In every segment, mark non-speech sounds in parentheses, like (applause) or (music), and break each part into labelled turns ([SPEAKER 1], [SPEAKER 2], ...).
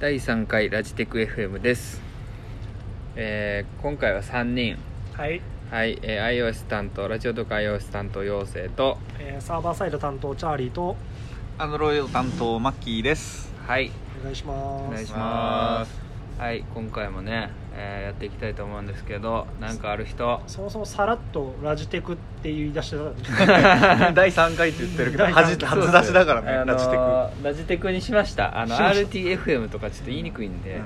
[SPEAKER 1] 第3回ラジテク FM です、えー今回は3人
[SPEAKER 2] はい、
[SPEAKER 1] はい、えー iOS 担当ラジオとか iOS 担当陽生と
[SPEAKER 2] えーサーバーサイド担当チャーリーと
[SPEAKER 3] アンドロイド担当マッキーです
[SPEAKER 1] はい
[SPEAKER 2] お願いし
[SPEAKER 1] お
[SPEAKER 2] ま
[SPEAKER 1] 願い
[SPEAKER 2] す
[SPEAKER 1] しますはい今回もね、えーやっていきたいと思うんですけどなんかある人
[SPEAKER 2] そもそもさらっとラジテクって言い出してたんです
[SPEAKER 3] 第3回って言ってるけど
[SPEAKER 2] 第
[SPEAKER 3] 初
[SPEAKER 2] 三回
[SPEAKER 3] 初出しだからね、
[SPEAKER 1] あのー
[SPEAKER 3] ラジテ
[SPEAKER 1] ラジテクにしましたあの
[SPEAKER 3] しまし
[SPEAKER 1] RTFM とかちょっと言いにくいんで、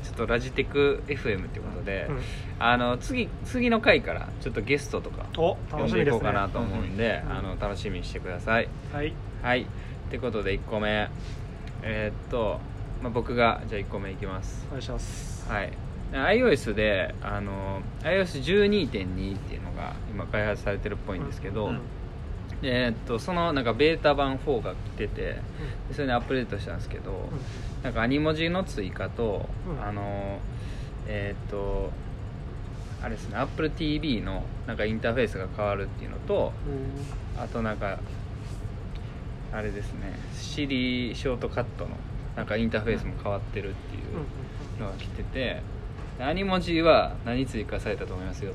[SPEAKER 3] ク、
[SPEAKER 1] ちょっとラジテク FM っていうことで、
[SPEAKER 2] うん
[SPEAKER 1] あの次次の回からちょっとゲストとか
[SPEAKER 2] お
[SPEAKER 1] 呼
[SPEAKER 2] 楽
[SPEAKER 1] ん
[SPEAKER 2] し
[SPEAKER 1] で
[SPEAKER 2] み
[SPEAKER 1] い
[SPEAKER 2] で
[SPEAKER 1] こ
[SPEAKER 2] す
[SPEAKER 1] う
[SPEAKER 2] ね
[SPEAKER 1] かなと思うんで、
[SPEAKER 2] うん
[SPEAKER 1] あの楽しみにしてください
[SPEAKER 2] はい
[SPEAKER 1] はいってことで1個目えーっと、まあ、僕がじゃあ1個目いきます
[SPEAKER 2] お願いします
[SPEAKER 1] はい iOS であの iOS12.2 っていうのが今開発されてるっぽいんですけど、
[SPEAKER 3] うんうん
[SPEAKER 1] えーっとそのなんかベータ版4が来ててそれでアップデートしたんですけど、なんかアニ文字の追加と、
[SPEAKER 2] うん
[SPEAKER 1] あのえーっとあれですね AppleTV のなんかインターフェースが変わるっていうのと
[SPEAKER 2] うんうん
[SPEAKER 1] あとなんかあれですね Siri ショートカットのなんかインターフェースも変わってるって
[SPEAKER 2] うんうん
[SPEAKER 1] いうのが来てて、アニ文字は何追加されたと思います4つ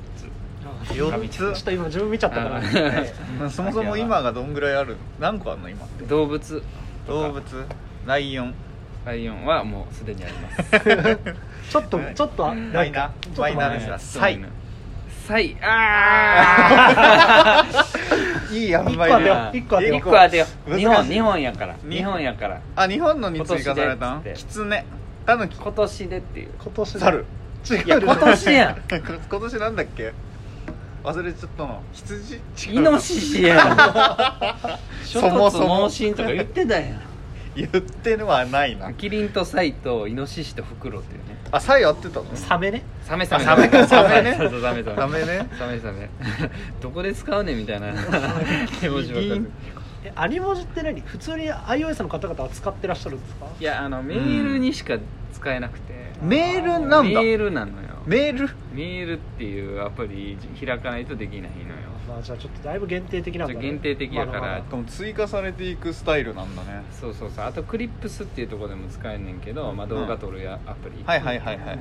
[SPEAKER 2] あ
[SPEAKER 3] 四
[SPEAKER 2] ちょっ
[SPEAKER 3] つ
[SPEAKER 2] と今自分見ちゃったから
[SPEAKER 1] あ
[SPEAKER 2] はい
[SPEAKER 3] まあそもそも今がどんぐらいある何個あるの今って
[SPEAKER 1] 動物
[SPEAKER 3] 動物ライオン
[SPEAKER 1] ライオンはもうすでにあります
[SPEAKER 2] ちょっとちょっとあんか
[SPEAKER 3] マイナ
[SPEAKER 2] ちょっと
[SPEAKER 3] マイナーです
[SPEAKER 2] ね
[SPEAKER 3] かサイ
[SPEAKER 1] サイああ
[SPEAKER 3] いいや
[SPEAKER 2] 一個当てよう一個当てよ
[SPEAKER 1] 1
[SPEAKER 2] う
[SPEAKER 1] 個当てよう
[SPEAKER 3] 難しい
[SPEAKER 1] 日本日本やから
[SPEAKER 3] 日本
[SPEAKER 1] 日本やから
[SPEAKER 3] あ日本のに追加された
[SPEAKER 1] 今年でっつって
[SPEAKER 3] キツネタヌキ
[SPEAKER 1] 今年でっていう
[SPEAKER 2] 今年で
[SPEAKER 3] 猿
[SPEAKER 2] 違う
[SPEAKER 1] いや今年やん
[SPEAKER 3] (laughs) 今年なんだっけ忘れちゃったの羊違
[SPEAKER 1] イ (laughs)
[SPEAKER 3] う
[SPEAKER 1] ノシシやん
[SPEAKER 3] そもそ
[SPEAKER 1] 諸突
[SPEAKER 3] も
[SPEAKER 1] 猛進とか言ってたや
[SPEAKER 3] 言ってのはないなん
[SPEAKER 1] キリンとサイとイノシシとフクロウっていうね
[SPEAKER 3] あサイ合ってたの
[SPEAKER 2] サメね
[SPEAKER 1] サメサメ
[SPEAKER 3] あサ
[SPEAKER 1] (laughs)
[SPEAKER 3] メかサメね
[SPEAKER 1] そうそうサメサメ
[SPEAKER 3] ダメね
[SPEAKER 1] サメサメ (laughs) どこで使うねんみたい
[SPEAKER 3] (laughs)
[SPEAKER 1] な気持ち
[SPEAKER 3] キリ
[SPEAKER 1] 分
[SPEAKER 3] ン
[SPEAKER 1] か
[SPEAKER 2] えアニ文字って何普通に iOS の方々は使ってらっしゃるんですか
[SPEAKER 1] るいやあのメールにしか使えなくて、
[SPEAKER 3] メールなんだ
[SPEAKER 1] メールなのよ
[SPEAKER 3] メール
[SPEAKER 1] メールっていうアプリ開かないとできないのよ
[SPEAKER 2] まあじゃあちょっとだいぶ限定的なんだね
[SPEAKER 1] ちょっと限定的やから
[SPEAKER 2] まだまだ
[SPEAKER 3] でも追加されていくスタイルなんだね
[SPEAKER 1] そうそうそうあとクリップスっていうところでも使えんねんけど、まあ、動画撮るやアプリ、
[SPEAKER 3] はいはいはい
[SPEAKER 1] (laughs)
[SPEAKER 3] はいはい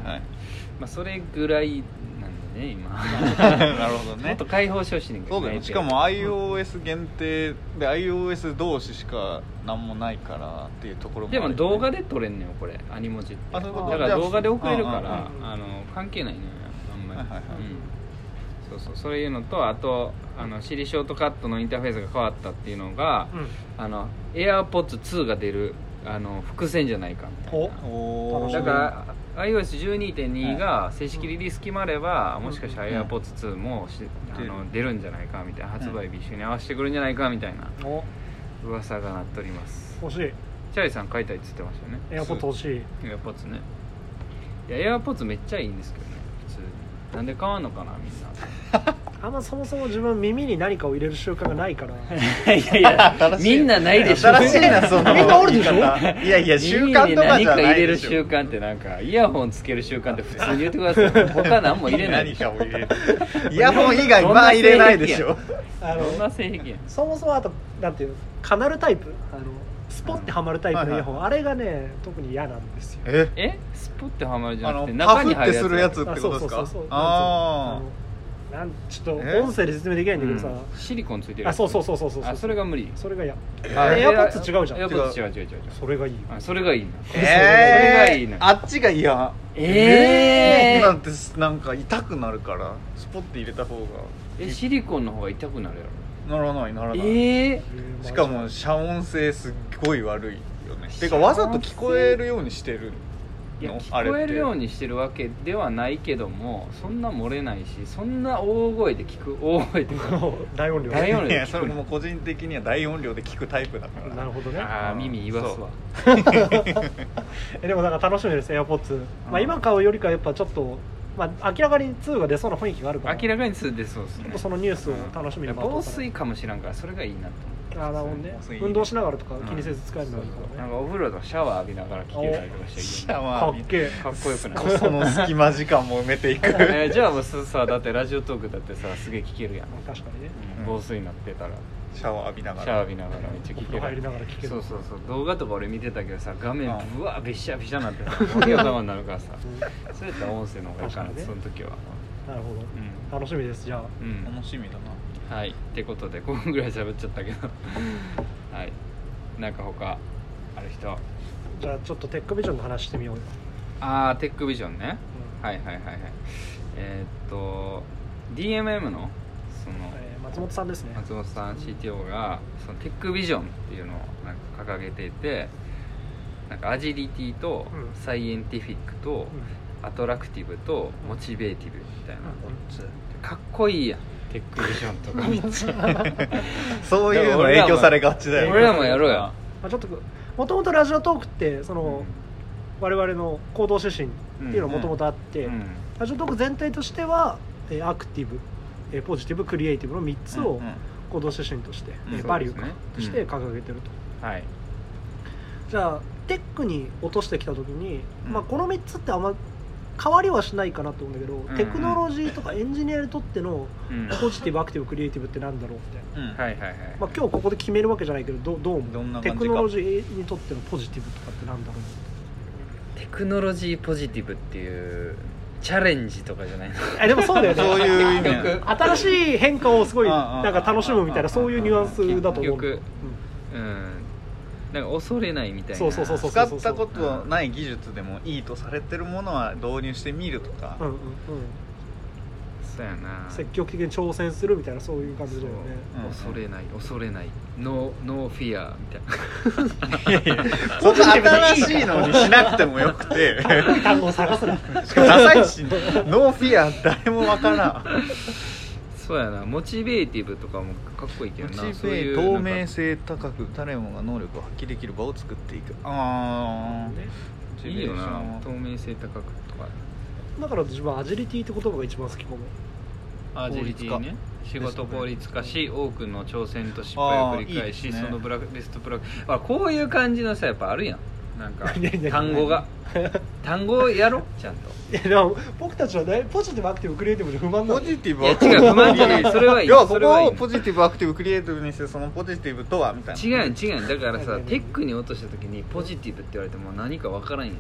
[SPEAKER 1] まあ、それぐらいなんだね今
[SPEAKER 3] (laughs) なる
[SPEAKER 1] (laughs) も
[SPEAKER 3] ほど
[SPEAKER 1] っ
[SPEAKER 3] ね
[SPEAKER 1] と解放してほしいねんけど
[SPEAKER 3] そうだよ
[SPEAKER 1] 内
[SPEAKER 3] し
[SPEAKER 1] 定
[SPEAKER 3] かも iOS 限定で iOS 同士しか何もないからっていうところもあ
[SPEAKER 1] で
[SPEAKER 3] る
[SPEAKER 1] も
[SPEAKER 3] よね
[SPEAKER 1] 動画で撮れんのよこれアニ文字って
[SPEAKER 3] あそういうこと
[SPEAKER 1] だから動画で送れるか
[SPEAKER 3] じ
[SPEAKER 1] ら
[SPEAKER 3] ゃ
[SPEAKER 2] あうんうんうん
[SPEAKER 1] あの関係ないのよあんまり、
[SPEAKER 3] はいはいはい
[SPEAKER 1] うん、そうそうそういうのとあとあのシリショートカットのインターフェースが変わったっていうのが、
[SPEAKER 2] うん
[SPEAKER 1] あの AirPods2 が出るあの伏線じゃないかみたい
[SPEAKER 2] お
[SPEAKER 1] な
[SPEAKER 3] お
[SPEAKER 2] 楽
[SPEAKER 3] ー
[SPEAKER 2] し
[SPEAKER 1] だ
[SPEAKER 2] み
[SPEAKER 1] から iOS12.2 が正式リリース決まれば、もしかしたら AirPods2 もし、あの出るんじゃないかみたいな発売日一緒に合わせてくるんじゃないかみたいな
[SPEAKER 2] お
[SPEAKER 1] 噂がなっております
[SPEAKER 2] 欲しい
[SPEAKER 1] チャーリーさん買いたいって言ってましたよね
[SPEAKER 2] エアポッド欲しい
[SPEAKER 1] AirPods ねいや AirPods めっちゃいいんですけどね普通になんで買わんのかなみん
[SPEAKER 2] あんまそもそも自分耳に何かを入れる習慣がないから
[SPEAKER 1] ないやい
[SPEAKER 2] (laughs)
[SPEAKER 1] やみんなないでしょ
[SPEAKER 3] 新しいなその
[SPEAKER 2] みんなおるでしょ
[SPEAKER 3] 言い方いやいや習慣とか
[SPEAKER 1] 耳に
[SPEAKER 3] じ
[SPEAKER 1] 何
[SPEAKER 3] ゃ
[SPEAKER 1] か
[SPEAKER 3] な
[SPEAKER 1] 入
[SPEAKER 3] い
[SPEAKER 1] れ
[SPEAKER 3] で
[SPEAKER 1] る
[SPEAKER 3] しょ
[SPEAKER 1] 習慣ってなんかイヤホンつける習慣って普通に言ってください他何も入れないで
[SPEAKER 3] 何
[SPEAKER 1] し
[SPEAKER 3] か
[SPEAKER 1] ょ
[SPEAKER 3] を入れ
[SPEAKER 1] (laughs)
[SPEAKER 3] るイヤホン以外まあ入れないでしょ
[SPEAKER 2] あ
[SPEAKER 1] どんな
[SPEAKER 2] の
[SPEAKER 1] 性癖やん
[SPEAKER 2] そもそもあとなんていうのカナルタイプあのスポってはまるタイプのイヤホン、あれがね特に嫌なんですよ
[SPEAKER 3] え
[SPEAKER 1] えスポってはまるじゃ
[SPEAKER 3] あ
[SPEAKER 1] なくて
[SPEAKER 3] のパ
[SPEAKER 1] 中
[SPEAKER 3] フ
[SPEAKER 1] に
[SPEAKER 3] っ
[SPEAKER 1] 入る
[SPEAKER 3] て
[SPEAKER 1] やつ
[SPEAKER 3] するやつって
[SPEAKER 2] あ
[SPEAKER 3] こ
[SPEAKER 2] そうそ
[SPEAKER 3] とで
[SPEAKER 2] う
[SPEAKER 3] す
[SPEAKER 2] そ
[SPEAKER 3] か
[SPEAKER 2] うそうな
[SPEAKER 3] あ
[SPEAKER 2] んつうのあのなんちょっと
[SPEAKER 3] え
[SPEAKER 2] 音声で説明できないんだけどさ、
[SPEAKER 1] うんシリコンついてる
[SPEAKER 2] あそうそう
[SPEAKER 1] う
[SPEAKER 2] そうそうそう
[SPEAKER 1] あそれが無理
[SPEAKER 2] それが嫌
[SPEAKER 3] あ
[SPEAKER 2] エアポッツ違うじゃん
[SPEAKER 1] エアポッツ違う違う違う違う
[SPEAKER 2] それがいい
[SPEAKER 1] あそれがいいな
[SPEAKER 3] ー
[SPEAKER 1] それがいい
[SPEAKER 3] えー
[SPEAKER 1] な
[SPEAKER 3] あっちが嫌
[SPEAKER 1] え
[SPEAKER 3] な
[SPEAKER 1] ー
[SPEAKER 3] んてなんか痛くなるからスポッて入れた方が
[SPEAKER 1] えシリコンの方が痛くなるやろ
[SPEAKER 3] ならないならない
[SPEAKER 1] ええ
[SPEAKER 3] しかも遮音性すっごい悪いよねてかわざと聞こえるようにしてる
[SPEAKER 1] いや
[SPEAKER 3] のあ
[SPEAKER 1] 聞
[SPEAKER 3] れっ
[SPEAKER 1] こ
[SPEAKER 3] て
[SPEAKER 1] えるようにしてるわけではないけどもそんな漏れないしそんな大声で聞く大声とか
[SPEAKER 2] (laughs) 大音量
[SPEAKER 1] 大音量
[SPEAKER 3] い
[SPEAKER 1] で
[SPEAKER 3] や
[SPEAKER 1] 聞
[SPEAKER 3] それ
[SPEAKER 1] く
[SPEAKER 3] も個人的には大音量で聞くタイプだから
[SPEAKER 2] なるほどね
[SPEAKER 1] ああ耳言わすわ
[SPEAKER 2] えでもなんか楽しみですエアポッツ、まあ、今買うよりかやっぱちょっと、まあ、明らかに2が出そうな雰囲気があるから
[SPEAKER 1] 明らかにす出そうです
[SPEAKER 2] ちょっ
[SPEAKER 1] ね
[SPEAKER 2] とそのニュースを楽しみに
[SPEAKER 1] うん
[SPEAKER 2] 待と
[SPEAKER 1] 防
[SPEAKER 2] う
[SPEAKER 1] 水
[SPEAKER 2] かな
[SPEAKER 1] かもしらんからそれがいいなと
[SPEAKER 2] あーなるほどね
[SPEAKER 3] 防水
[SPEAKER 2] 運動しながらとか気にせず使えるのがいい
[SPEAKER 1] 思う
[SPEAKER 2] から
[SPEAKER 1] なん
[SPEAKER 2] ね、
[SPEAKER 1] かお風呂とシャワー浴びながら聞けたりとかし
[SPEAKER 3] シ
[SPEAKER 1] て
[SPEAKER 3] ャ
[SPEAKER 1] いいよね
[SPEAKER 2] か
[SPEAKER 3] ワ
[SPEAKER 2] っ
[SPEAKER 3] ー
[SPEAKER 2] けえ
[SPEAKER 1] かっこよくない
[SPEAKER 3] その隙間時間も埋めて
[SPEAKER 1] (laughs)
[SPEAKER 3] いく
[SPEAKER 1] えーじゃあもうさだってラジオトークだってさすげえ聞けるやん
[SPEAKER 2] 確かにね
[SPEAKER 1] 防水になってたら
[SPEAKER 3] シャワー浴びなが
[SPEAKER 1] シャワー
[SPEAKER 3] ら
[SPEAKER 1] 浴びながらめっちゃ
[SPEAKER 2] お
[SPEAKER 1] 聞
[SPEAKER 2] 風呂入り
[SPEAKER 1] け
[SPEAKER 2] ながら聞け
[SPEAKER 1] る
[SPEAKER 2] る
[SPEAKER 1] そうそうそう動画とか俺見てたけどさ画面
[SPEAKER 3] うん
[SPEAKER 1] ぶわびしゃびしゃな
[SPEAKER 2] (laughs)
[SPEAKER 1] ってさ鬼頭になるからさそうやったら音声の方がいいかな
[SPEAKER 2] 確かにね
[SPEAKER 1] その時は
[SPEAKER 2] うんなるほど、
[SPEAKER 1] う
[SPEAKER 2] 楽しみですじゃあ
[SPEAKER 1] ん、うん、
[SPEAKER 3] 楽しみだな
[SPEAKER 1] はいってことで5分ぐらい喋っちゃったけど (laughs) はいなんか他ある人
[SPEAKER 2] じゃあちょっとテックビジョンの話してみようよ、
[SPEAKER 1] ああテックビジョンね
[SPEAKER 2] うん
[SPEAKER 1] はいはいはいはいえーっと DMM のその
[SPEAKER 2] えー松本さんですね
[SPEAKER 1] 松本さん CTO がそのテックビジョンっていうのをなんか掲げていてなんかアジリティと
[SPEAKER 2] うん
[SPEAKER 1] サイエンティフィックと
[SPEAKER 2] うん
[SPEAKER 1] アトラクティブとモチベーティブみたいな
[SPEAKER 3] う
[SPEAKER 1] かっこいいやんテックビジョンと (laughs) かめっちゃ
[SPEAKER 3] んそういうの影響されがちだよね
[SPEAKER 1] 俺らもやろうよ
[SPEAKER 2] (laughs) まあ、ちょっともともとラジオトークってその、我々の行動指針っていうのもともとあって、
[SPEAKER 1] うん
[SPEAKER 2] ラジオトーク全体としては、えーアクティブ、えーポジティブクリエイティブの3つを
[SPEAKER 3] うんうん
[SPEAKER 2] 行動指針として、
[SPEAKER 3] うん
[SPEAKER 2] えー
[SPEAKER 3] そう
[SPEAKER 2] バリュー
[SPEAKER 1] です
[SPEAKER 2] か
[SPEAKER 1] ね
[SPEAKER 2] として掲げてると、
[SPEAKER 1] はい
[SPEAKER 2] じゃあテックに落としてきた時に、
[SPEAKER 3] うん
[SPEAKER 2] まあ、この3つってあんま変わりはしないかなと思うんだけど、
[SPEAKER 1] ん
[SPEAKER 2] テクノロジーとかエンジニアにとっての
[SPEAKER 1] うん
[SPEAKER 2] ポジティブアクティブクリエイティブってなんだろうみたいな、
[SPEAKER 3] うん
[SPEAKER 1] はいはいはい、
[SPEAKER 2] まあ、今日ここで決めるわけじゃないけどどうどう
[SPEAKER 3] どん
[SPEAKER 2] 思
[SPEAKER 3] な
[SPEAKER 2] う
[SPEAKER 3] 感じ
[SPEAKER 2] テ
[SPEAKER 3] か
[SPEAKER 2] クノロジーにとってのポジティブとかってなんだろう
[SPEAKER 1] テクノロジーポジティブっていうチャレンジとかじゃないの
[SPEAKER 2] えでもそうだよね
[SPEAKER 3] (laughs) そういう意味
[SPEAKER 1] 結局
[SPEAKER 2] 新しい変化をすごい
[SPEAKER 3] うんうんうん
[SPEAKER 2] なんか楽しむみたいなそういうニュアンスだと
[SPEAKER 1] 結
[SPEAKER 2] 思う、うん
[SPEAKER 1] 局、うんなんか恐れないみたいな
[SPEAKER 2] そうそうそうそう
[SPEAKER 3] 使ったことない技術でもいいとされてるものは導入してみるとか
[SPEAKER 2] うんうんうん、
[SPEAKER 1] そうやな
[SPEAKER 2] 積極的に挑戦するみたいなそういう感じだよね
[SPEAKER 1] そう恐れない恐れないノーノーフィアみたいな (laughs)
[SPEAKER 3] そんな新しいのにしなくてもよくて
[SPEAKER 2] 単語を探すな
[SPEAKER 3] しかもダサいしノーフィア誰もわからん
[SPEAKER 1] そうやなモチベーティブとかもかっこいいけどな
[SPEAKER 3] モチ
[SPEAKER 1] そう
[SPEAKER 3] ベ
[SPEAKER 1] いう
[SPEAKER 3] 透明
[SPEAKER 1] 性
[SPEAKER 3] 性高く誰もが能力を発揮できる場を作っていくあ
[SPEAKER 2] ね
[SPEAKER 3] あ
[SPEAKER 1] いいよな透明性高くとか
[SPEAKER 2] だから自分はアジリティって言葉が一番好きかも
[SPEAKER 1] アジリティね仕事効率化し多くの挑戦と失敗を繰り返し
[SPEAKER 3] あーいいですね
[SPEAKER 1] そのブラベストプラクあこういう感じのさやっぱあるやんなんか
[SPEAKER 2] 何々
[SPEAKER 1] 単語
[SPEAKER 3] (laughs)
[SPEAKER 1] が単語をやろちゃんと
[SPEAKER 2] いやでも僕たちはねポジティブアクティブクリエイティブで不満な
[SPEAKER 3] ポ
[SPEAKER 2] の
[SPEAKER 3] ジティブ
[SPEAKER 1] いや違う不満じゃないそれはいい
[SPEAKER 3] 要は
[SPEAKER 1] そ
[SPEAKER 3] こ
[SPEAKER 1] れはいい
[SPEAKER 3] こをポジティブアクティブクリエイティブにしてそのポジティブとはみたいな
[SPEAKER 1] 違う違うだから
[SPEAKER 2] 何
[SPEAKER 1] さ
[SPEAKER 2] 々
[SPEAKER 1] テックに落とした時にポジティブって言われても何かわからんやん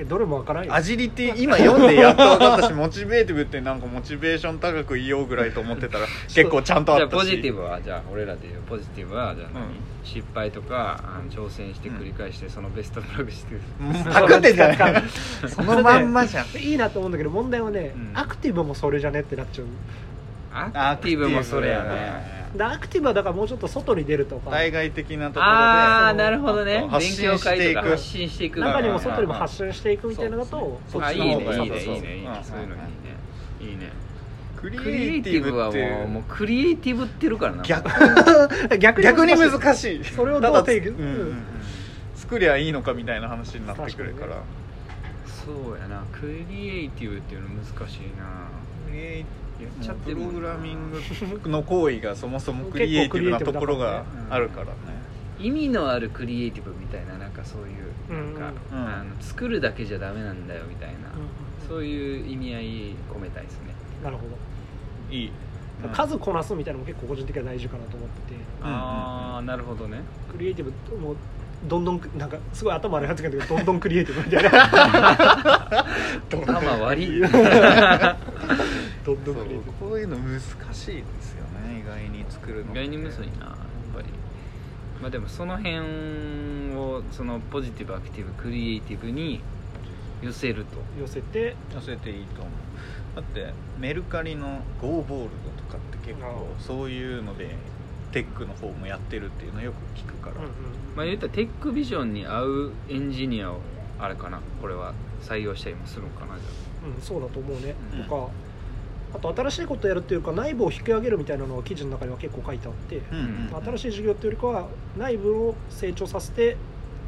[SPEAKER 2] えどれもわからんよ
[SPEAKER 3] アジリティ今読んでやっと分かったしモチベーティブってなんかモチベーション高く言おうぐらいと思ってたら結構ちゃんと
[SPEAKER 1] じゃ
[SPEAKER 3] あ
[SPEAKER 1] あ
[SPEAKER 3] ったし
[SPEAKER 1] ポジティブはじゃあ俺らで言うポジティブはじゃあ何、
[SPEAKER 3] うん
[SPEAKER 1] 失敗とかあの挑戦して繰り返してそのベストプラグしてる、
[SPEAKER 3] もう (laughs) パクってんじゃないそのまんまじゃん
[SPEAKER 2] (laughs) いいなと思うんだけど問題はね、
[SPEAKER 1] うん
[SPEAKER 2] アクティブもそれじゃねってなっちゃう
[SPEAKER 1] アクティブもそれやね
[SPEAKER 2] でアクティブはだからもうちょっと外に出るとか
[SPEAKER 3] 対外的なところで
[SPEAKER 1] ああなるほどね
[SPEAKER 3] 発
[SPEAKER 1] 勉
[SPEAKER 3] 信
[SPEAKER 1] 強会とか発
[SPEAKER 3] し
[SPEAKER 1] 信していく
[SPEAKER 2] 中にも外にも
[SPEAKER 1] あ
[SPEAKER 2] 発信していくみたいなのだと
[SPEAKER 3] そう
[SPEAKER 1] あ
[SPEAKER 3] そ
[SPEAKER 1] いうい
[SPEAKER 3] そ
[SPEAKER 1] ね
[SPEAKER 3] っち
[SPEAKER 1] いいねい
[SPEAKER 3] の方が良
[SPEAKER 1] い
[SPEAKER 3] さ
[SPEAKER 1] ね
[SPEAKER 3] そう
[SPEAKER 1] いいねいいね
[SPEAKER 3] うん
[SPEAKER 1] そういうのいいねいいね
[SPEAKER 3] ク
[SPEAKER 1] ク
[SPEAKER 3] リ
[SPEAKER 1] リ
[SPEAKER 3] エ
[SPEAKER 1] エ
[SPEAKER 3] イ
[SPEAKER 1] イ
[SPEAKER 3] テ
[SPEAKER 1] テ
[SPEAKER 3] ィ
[SPEAKER 1] ィ
[SPEAKER 3] ブ
[SPEAKER 1] ブ
[SPEAKER 3] は
[SPEAKER 1] は
[SPEAKER 3] も
[SPEAKER 1] も
[SPEAKER 3] う
[SPEAKER 1] うもうクリエイティブってるからな
[SPEAKER 3] 逆
[SPEAKER 2] 逆
[SPEAKER 3] 逆に
[SPEAKER 2] し
[SPEAKER 3] 難しい
[SPEAKER 2] それをどう定義
[SPEAKER 3] ただうんうん作りゃいいのかみたいな話になってくるから
[SPEAKER 2] 確
[SPEAKER 1] そうやなクリエイティブっていうの難しいな
[SPEAKER 3] クリエイ
[SPEAKER 1] やっち
[SPEAKER 3] テ
[SPEAKER 1] ゃ
[SPEAKER 3] ィ
[SPEAKER 1] っ
[SPEAKER 3] ブ
[SPEAKER 1] てるもん
[SPEAKER 3] プログ
[SPEAKER 1] な
[SPEAKER 3] ラミングの行為がそもそもクリエイティブなところがあるからね
[SPEAKER 1] 意味のあるクリエイティブみたいななんかそういうなんか、
[SPEAKER 3] うんうん
[SPEAKER 1] あの作るだけじゃダメなんだよみたいな、そういう意味合い込めたいですね、
[SPEAKER 2] なるほど
[SPEAKER 3] いいうん
[SPEAKER 2] 数こなすみたいなのも結構個人的には大事かなと思ってて
[SPEAKER 3] うんうん
[SPEAKER 1] ああなるほどね
[SPEAKER 2] クリエイティブもうどんどんなんかすごい頭悪いやつがどどんどんクリエイティブみたい
[SPEAKER 1] (laughs)
[SPEAKER 2] な
[SPEAKER 1] 頭割り (laughs)
[SPEAKER 2] どん
[SPEAKER 3] そ
[SPEAKER 2] ど
[SPEAKER 3] う
[SPEAKER 2] ク
[SPEAKER 3] ん
[SPEAKER 2] リエイティ
[SPEAKER 3] こういうの難しいですよね意外に作るの
[SPEAKER 1] 意外にむずいなやっぱりまあでもその辺をそのポジティブアクティブクリエイティブに寄せると
[SPEAKER 2] ブ寄せて
[SPEAKER 3] 寄せていいと思うだってメルカリのゴーボールドとかって結
[SPEAKER 2] あ
[SPEAKER 3] 構
[SPEAKER 2] あ
[SPEAKER 3] そういうのでテックの方もやってるっていうのよく聞くから、
[SPEAKER 1] まあ言ったらテックビジョンに合うエンジニアをあれかなこれは採用したりもするのかなじ
[SPEAKER 2] うん、そうだと思うね、
[SPEAKER 3] うん
[SPEAKER 2] とかあと新しいことやるっていうか内部を引き上げるみたいなのは記事の中には結構書いてあって、
[SPEAKER 3] うんうん
[SPEAKER 2] まあ新しい事業っていうよりかは内部を成長させて、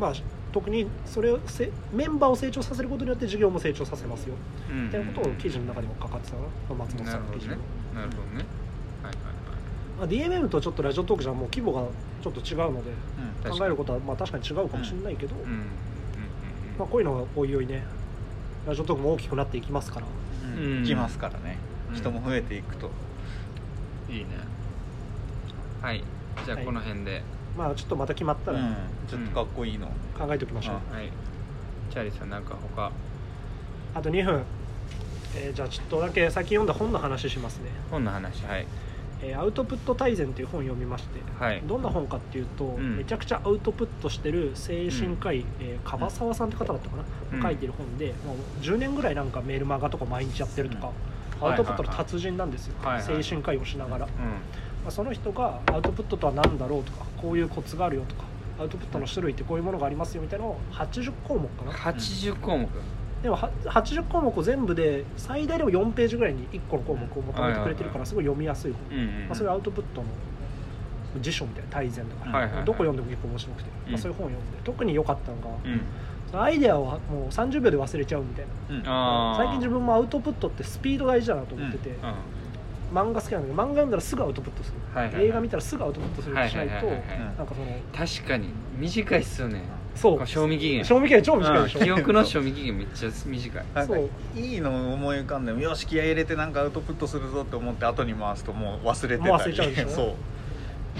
[SPEAKER 2] まあ、特にそれをせメンバーを成長させることによって事業も成長させますよ
[SPEAKER 1] ゃん
[SPEAKER 2] みたいなことを記事の中にも書かれてたな、まあ松本
[SPEAKER 1] な
[SPEAKER 2] さ
[SPEAKER 1] る
[SPEAKER 2] んの
[SPEAKER 1] ほ
[SPEAKER 2] 記
[SPEAKER 1] ど
[SPEAKER 2] 事
[SPEAKER 1] ね
[SPEAKER 2] の、
[SPEAKER 1] なるほどねはいはいはい
[SPEAKER 2] まあ、DMM とちょっとラジオトークじゃもう規模がちょっと違うので
[SPEAKER 3] う
[SPEAKER 1] 確かに
[SPEAKER 2] 考えることはまあ確かに違うかもしれないけど、
[SPEAKER 1] うんうん
[SPEAKER 2] まあ、こういうのがおいおいねラジオトークも大きくなっていきますから
[SPEAKER 3] ん
[SPEAKER 1] うん
[SPEAKER 3] うん来ますからね、
[SPEAKER 1] うん
[SPEAKER 3] 人も増えていくと
[SPEAKER 1] うんうんいいねはいじゃあ
[SPEAKER 2] はい
[SPEAKER 1] この辺で、
[SPEAKER 2] まあちょっとまた決まった
[SPEAKER 3] う
[SPEAKER 2] ら
[SPEAKER 3] んちょっとかっこいいの、
[SPEAKER 2] 考えておきましょう、
[SPEAKER 3] うん
[SPEAKER 1] はい、チャーリーさんなんか他
[SPEAKER 2] あと2分、えーじゃあちょっとだけ最近読んだ本の話しますね
[SPEAKER 1] 本の話はい
[SPEAKER 2] 「えーアウトプット大全」という本を読みまして
[SPEAKER 1] はい
[SPEAKER 2] どんな本かっていうと、
[SPEAKER 1] ん
[SPEAKER 2] めちゃくちゃアウトプットしてる精神科医、えー樺沢さんって方だったかな、
[SPEAKER 1] うん
[SPEAKER 2] 書いてる本で、もう10年ぐらいなんかメールマガとか毎日やってるとか、アウトプットの達人なんですよ、
[SPEAKER 1] はいはいはい
[SPEAKER 2] 精神科医をしながら、ま
[SPEAKER 1] う
[SPEAKER 2] あ、その人がアウトプットとは何だろうとかこういうコツがあるよとかアウトプットの種類ってこういうものがありますよみたいなのを80項目か
[SPEAKER 1] ん
[SPEAKER 2] な
[SPEAKER 1] 80項目
[SPEAKER 2] でもは80項目を全部で最大でも4ページぐらいに1個の項目をまとめてく
[SPEAKER 1] はいは
[SPEAKER 2] れてる
[SPEAKER 1] い
[SPEAKER 2] か
[SPEAKER 1] は
[SPEAKER 2] らすごい読みやすい本、
[SPEAKER 1] うんうん、
[SPEAKER 2] まあ、それはアウトプットの辞書みたいな大全だから、
[SPEAKER 1] はいはいはい
[SPEAKER 2] どこ読んでも結構面白くて、
[SPEAKER 1] う
[SPEAKER 2] ま
[SPEAKER 1] ん
[SPEAKER 2] あ、そういう本を読んで特に良かったのが、
[SPEAKER 1] うん
[SPEAKER 2] そのアイデアはもう30秒で忘れちゃうみたいな
[SPEAKER 3] うん
[SPEAKER 1] あー
[SPEAKER 2] 最近自分もアウトプットってスピード大事だなと思ってて、
[SPEAKER 1] うん
[SPEAKER 2] 漫画好きなんだけど漫画読んだらすぐアウトプットする、
[SPEAKER 1] はいはいはい
[SPEAKER 2] 映画見たらすぐアウトプットする
[SPEAKER 1] は
[SPEAKER 2] と
[SPEAKER 1] い
[SPEAKER 2] し
[SPEAKER 1] は
[SPEAKER 2] ないい
[SPEAKER 1] はい
[SPEAKER 2] と、
[SPEAKER 1] はいはい
[SPEAKER 3] うん
[SPEAKER 2] なんかその
[SPEAKER 1] 確かに短いっすよね
[SPEAKER 2] そ
[SPEAKER 1] この賞
[SPEAKER 2] う
[SPEAKER 1] 味期限
[SPEAKER 2] 賞味期限超短いでしょ、
[SPEAKER 1] うん記憶の賞味期限めっちゃ短い
[SPEAKER 3] なん
[SPEAKER 2] そ
[SPEAKER 3] か
[SPEAKER 2] う
[SPEAKER 3] いいの思い浮かんでもよし気合い入れてなんかアウトプットするぞって思って後に回すともう忘れてたり
[SPEAKER 2] もう忘れちゃうでしょ
[SPEAKER 3] そう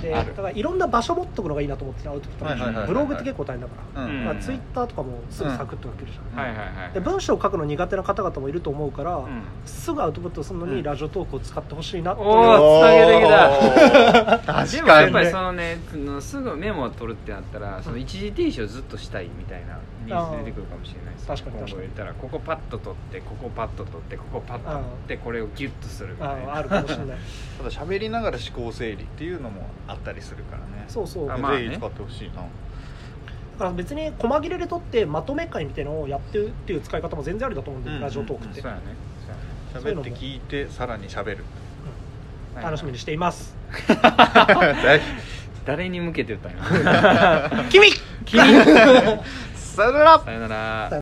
[SPEAKER 2] で
[SPEAKER 1] あ
[SPEAKER 2] だ
[SPEAKER 1] る
[SPEAKER 2] からいろんな場所持っとくのがいいなと思っててアウトプットの場所
[SPEAKER 3] はいはいはいはい
[SPEAKER 2] ブログって結構大変だから,、
[SPEAKER 1] うん
[SPEAKER 2] まあ、ツイッターとかもすぐサクッと書けるじゃん、
[SPEAKER 3] うん
[SPEAKER 1] はいはいはい
[SPEAKER 2] で文章を書くの苦手な方々もいると思うから、
[SPEAKER 1] うん
[SPEAKER 2] すぐアウトプットするの
[SPEAKER 3] う
[SPEAKER 2] に
[SPEAKER 3] ん
[SPEAKER 2] ラジオトークを使ってほしいなっていう、
[SPEAKER 1] おーつなげてき
[SPEAKER 3] た
[SPEAKER 1] (laughs) で
[SPEAKER 3] 確
[SPEAKER 1] もやっぱ
[SPEAKER 3] か
[SPEAKER 1] り
[SPEAKER 3] に
[SPEAKER 1] そのねそのすぐメモを取るってなったらその一時停止をずっとしたいみたいなニーズ出てくるかもしれないです
[SPEAKER 2] あー確かに
[SPEAKER 1] 今後
[SPEAKER 2] 確かに
[SPEAKER 1] 言ったらここパッと取ってここパッと取ってここパッと取ってこれをギュッとするみ
[SPEAKER 2] あ
[SPEAKER 1] たい
[SPEAKER 2] ー
[SPEAKER 1] な
[SPEAKER 2] あるかもし
[SPEAKER 1] (laughs)
[SPEAKER 2] れない
[SPEAKER 3] ただ喋りながら思考整理っていうのもあったりするからね
[SPEAKER 2] そうそう
[SPEAKER 1] あ
[SPEAKER 2] だ
[SPEAKER 1] まあね
[SPEAKER 3] ぜひ使ってほしいな
[SPEAKER 2] から別に細切れで取ってまとめ会みたいなのをやってるっていう使い方も全然あるだと思うんで、
[SPEAKER 3] うん
[SPEAKER 2] ラジオトークって、
[SPEAKER 1] そうやねそうやね
[SPEAKER 3] 喋って聞いてさらに
[SPEAKER 1] (laughs)
[SPEAKER 3] 喋る
[SPEAKER 1] はい
[SPEAKER 2] 楽しみにしています
[SPEAKER 1] 誰に向けて言ったんや
[SPEAKER 2] 君
[SPEAKER 1] 君さ
[SPEAKER 2] (laughs)
[SPEAKER 3] さよなら
[SPEAKER 1] よなら